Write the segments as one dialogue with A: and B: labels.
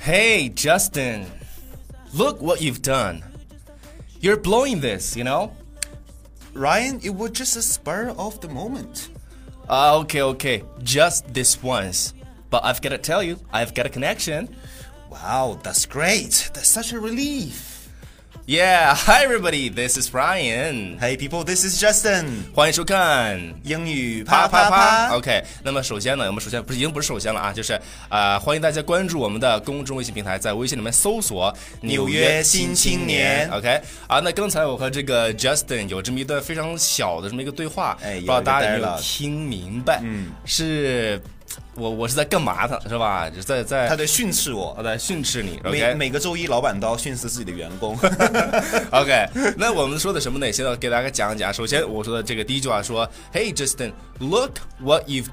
A: Hey, Justin, look what you've done. You're blowing this, you know?
B: Ryan, it was just a spur of the moment.
A: Ah, okay, okay, just this once. But I've gotta tell you, I've got a connection.
B: Wow, that's great. That's such a relief.
A: Yeah, hi everybody, this is Ryan.
B: Hey people, this is Justin.
A: 欢迎收看
B: 英语
A: 啪
B: 啪
A: 啪
B: 啪
A: 啪
B: 啪。
A: OK，那么首先呢，我们首先不是已经不是首先了啊，就是呃，欢迎大家关注我们的公众微信平台，在微信里面搜索“
B: 纽
A: 约
B: 约新青
A: 年
B: 年
A: ”OK 啊，那刚才我和这个 Justin 有这么一段非常小的这么一个对话，
B: 哎
A: 不知道大家有
B: 有一
A: 没
B: 个呆
A: 有
B: 了
A: 听明白？嗯，是我我是在干嘛的，是吧？是在在
B: 他在训斥我
A: 我，在训斥你
B: 每
A: ，OK
B: 每个周一老板都要训斥自己的员工。
A: OK，那我们说的什么呢？现在给大家讲一讲。首先我说的这个第一句话说，Hey Justin，look what you've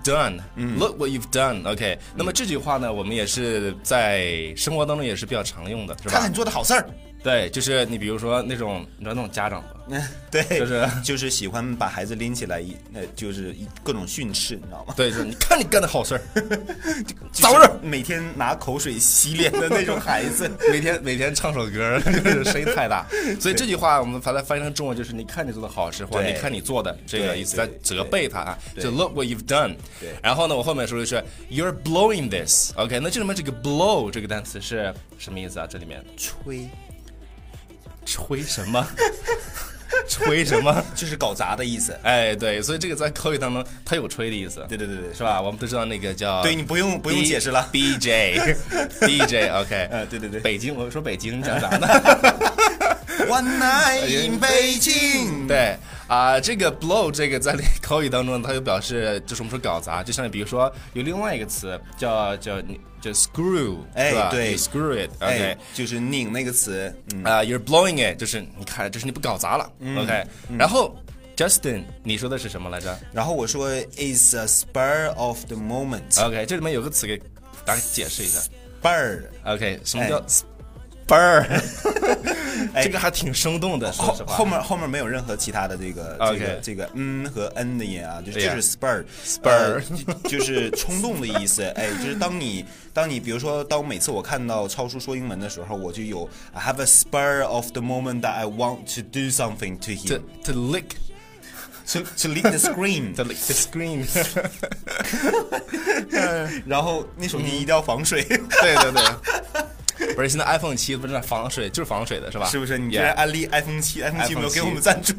B: 嗯
A: done，look what you've done。OK，那么这句话呢，我们也是在生活当中也是比较常用的，是
B: 看看
A: 吧
B: 你？做的好事儿。
A: 对，就是你比如说那种你知道那种家长吧，
B: 嗯，对，
A: 就是
B: 就是喜欢把孩子拎起来，一呃，就是一各种训斥，你 知道吗？
A: 对，就是你看你干的好事儿，
B: 就
A: 早日
B: 是每天拿口水洗脸的那种孩 子。
A: 每天每天唱首歌， 就是声音太 大。所以这句话我们把它翻译成中文就是：你看你做的好事，或者
B: 对
A: 你看你做的这个
B: 对
A: 意思，在
B: 对
A: 责备他啊。
B: 对
A: 就 look what you've done
B: 对。
A: 然后呢，我后面说的是 you're blowing this。OK，那这里面这个 blow 这个单词是什么意思啊？这里面
B: 吹，
A: 吹什么？ 吹什么？
B: 就是搞砸的意思。
A: 哎，对，所以这个在口语当中它有吹的意思，
B: 对对对对，
A: 是吧？我们都知道那个叫
B: 对你不用不用解释 了。
A: B J B J OK，
B: 呃对对对
A: 北京我说北京你讲啥呢？
B: One night in Beijing。
A: 对啊、这个 blow 这个在口语当中，它就表示就是我们说搞砸，就像比如说有另外一个词叫叫你叫 screw，
B: 哎
A: 是吧
B: 对
A: ，you screw it，OK、
B: 哎，就是拧那个词，嗯，
A: 啊、y o u r e blowing it，就是你看，就是你不搞砸了、o k
B: 嗯
A: 然后 Justin，你说的是什么来着
B: 然后我说 is a spur of the moment，spur，、
A: ？OK，这里面有个词给大家解释一下。OK，什么叫
B: 哎
A: spur？、
B: 哎
A: 这个还挺生动的，说
B: 后
A: 实话。
B: 后面后面没有任何其他的这个
A: OK 哎
B: 这个这个嗯和嗯的音啊，就是
A: 对呀
B: 就是 spur
A: Spur
B: 呃就就是冲动的意思。哎，就是当你当你比如说，当每次我看到超叔说英文的时候，我就有 I have a spur of the moment that I want to do something to
A: to
B: him
A: to lick
B: to to lead the screen
A: to。lick the screen，
B: 然后那
A: 嗯
B: 手机一定要防 水，
A: 对对对， 不是现在 iPhone 七不是防水，就是防水的是吧？
B: 是不是？你这
A: Yeah
B: 是安利 iPhone 七，iPhone 七有没有
A: iPhone
B: 给我们
A: 7
B: 赞助？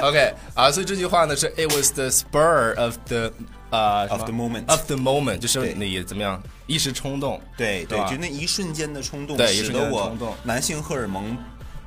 A: OK 啊，所以这句话呢是 It was the spur of the 啊、什么
B: Of the moment
A: of the moment，就是
B: 对
A: 你怎么样一时冲动，
B: 对
A: 对
B: 对
A: 吧，
B: 就那一瞬间的冲动，
A: 对一
B: 使
A: 瞬间
B: 得
A: 的
B: 我
A: 冲动
B: 男性荷尔蒙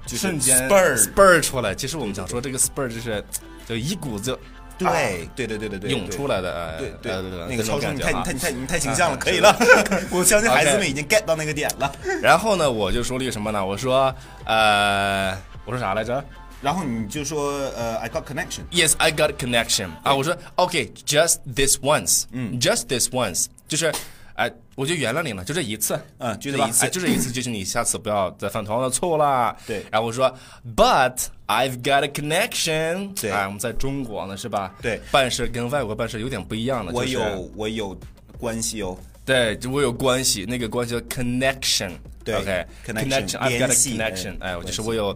B: 就是
A: 瞬间
B: spur，
A: spur 出来。其实我们想说这个 spur 就是就一股子啊
B: 对对对对对对，
A: 涌出
B: 来。
A: 来的，呃
B: 对对
A: 呃，
B: 那
A: 这
B: 个
A: 种
B: 超叔，
A: 感
B: 你
A: 觉
B: 太
A: 啊
B: 你太你太你太形象了，
A: 啊
B: 可以了。 我相信孩子
A: OK
B: 们已经 get 到那个点了。
A: 然后呢，我就说了一个什么呢？我说呃，我说啥来着？
B: 然后你就说，呃，I got connection。
A: Yes, I got a connection. 啊，我说 OK, just this once. 嗯，just this once，就是，哎、我就原谅你了，就这一次。
B: 嗯
A: 对
B: 就这
A: 吧
B: 一次
A: 哎就这一次，就是你下次不要再犯同样的错误啦。
B: 对
A: 然后我说，But I've got a connection。
B: 对
A: 哎，我们在中国呢，是吧？
B: 对
A: 办事跟外国办事有点不一样的。
B: 我
A: 就是
B: 有我有关系哦，
A: 对，就我有关系，那个关系叫 connection
B: 对
A: OK,
B: connection，
A: I've got a
B: 联系
A: connection.
B: 哎
A: 哎，我就是我有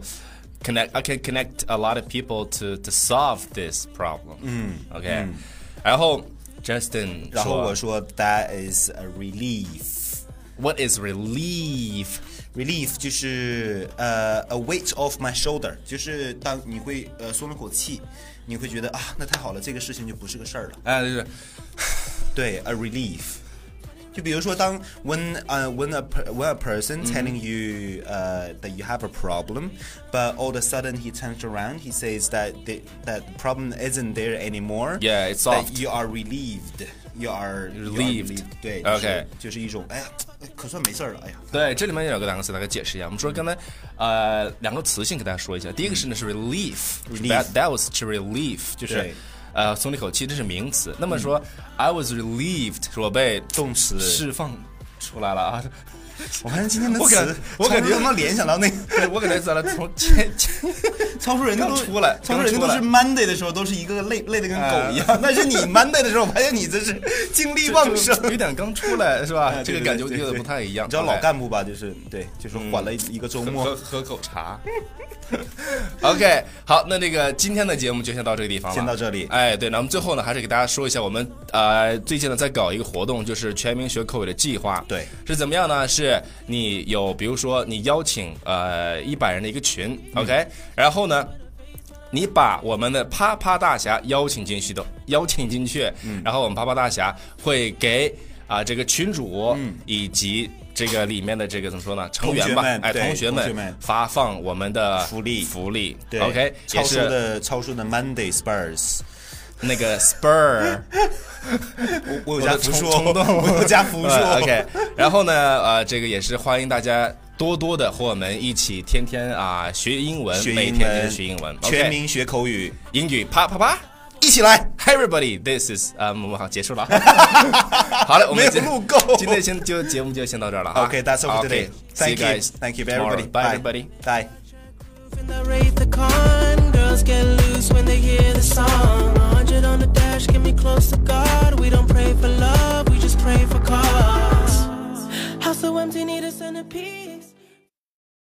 A: connect. I can connect a lot of people to to solve this problem. 嗯，OK 然后 Justin
B: 然后
A: 说啊
B: 我说 that is a relief。
A: What is relief?
B: relief 就是呃、a weight off my shoulder，就是当你会呃松了口气，你会觉得啊，那太好了，这个事情就不是个事儿了。
A: 哎，就是
B: 对，a relief。就比如说，当 when 呃、when a per- when a person
A: Mm-hmm.
B: telling you 呃、that you have a problem，but all of a sudden he turns around, he says that the, that the problem isn't there anymore.
A: Yeah, it's
B: that
A: solved.
B: You are relieved. You are you are
A: Relieved.
B: relieved. 对
A: Okay.
B: 就是就是一种哎呀，可算没事儿了，哎呀。
A: 对，这里面有个两个词，大概解释一下。我们说刚才，呃，两个词性给大家说一下。第一个是呢是
B: Relief
A: relief，that that was to relief，就是
B: 对嗯
A: 呃松了一口气，这是名词。那么说 I was relieved，是我被
B: 动词
A: 释放出来了啊。
B: 我发现今天的
A: 我感
B: 词，
A: 我感觉
B: 能不能联想到那个
A: 对我给他攒了从前前
B: 超叔人家都
A: 刚出来
B: 超叔人家
A: 刚出
B: 都
A: 来
B: 是 Monday 的时候都是一个累累的跟狗一样，
A: 哎
B: 但是你 Monday 的时候，我发现你这是精力旺盛。
A: 有点刚出来是吧？
B: 哎
A: 这 个
B: 对对
A: 感觉
B: 对
A: 有
B: 对
A: 点不太一样。嗯
B: 你知道老
A: OK
B: 干部吧？就是对，就是缓了一个周末
A: 喝。 喝口茶。OK，好，那这个今天的节目就先到这个地方了，
B: 先到这里
A: 哎，对，那我们最后呢，还是给大家说一下，我们呃最近呢在搞一个活动，就是全民学口语的计划。
B: 对，
A: 是怎么样呢？是你有，比如说你邀请呃一百人的一个群，OK，、然
B: 嗯
A: 后呢。你把我们的啪啪大侠邀请进去的，邀请进去，
B: 嗯
A: 然后我们啪啪大侠会给啊、这个群主、以及这个里面的这个怎么说呢，成员吧
B: 嗯同学，们
A: 哎，
B: 对
A: 同学
B: 同
A: 们
B: 学们
A: 发放我们的
B: 福利
A: 福利，
B: 对
A: OK，
B: 超
A: 也
B: 叔
A: 是
B: 的超叔的 Monday Spurs，
A: 那个 spur，
B: 我我
A: 我
B: 有加
A: 的
B: 复
A: 冲
B: 数，
A: 冲动，
B: 我有加 复数。
A: 呃 OK，然后呢，呃，这个也是欢迎大家多多的和我们一起天天啊学英文，
B: 学
A: 每
B: 英
A: 天天
B: 文，
A: 学英文，
B: 全民学口语，
A: 英语啪啪啪。
B: 一起来。
A: Hi everybody, this is 啊、我们好结束 了。好了，我们
B: 没有
A: 今
B: 录够
A: 今天先就节目就先到这儿了哈。
B: Okay, that's all for today.
A: Okay, 啊 see you
B: Thank you,
A: guys.
B: thank you,
A: tomorrow.
B: everybody.
A: Bye everybody.
B: Bye.
C: And I raise the con. Girls get loose when they hear the song. 100 on the dash, get me close to God. We don't pray for love, we just pray for cause. House so empty, need a centipede.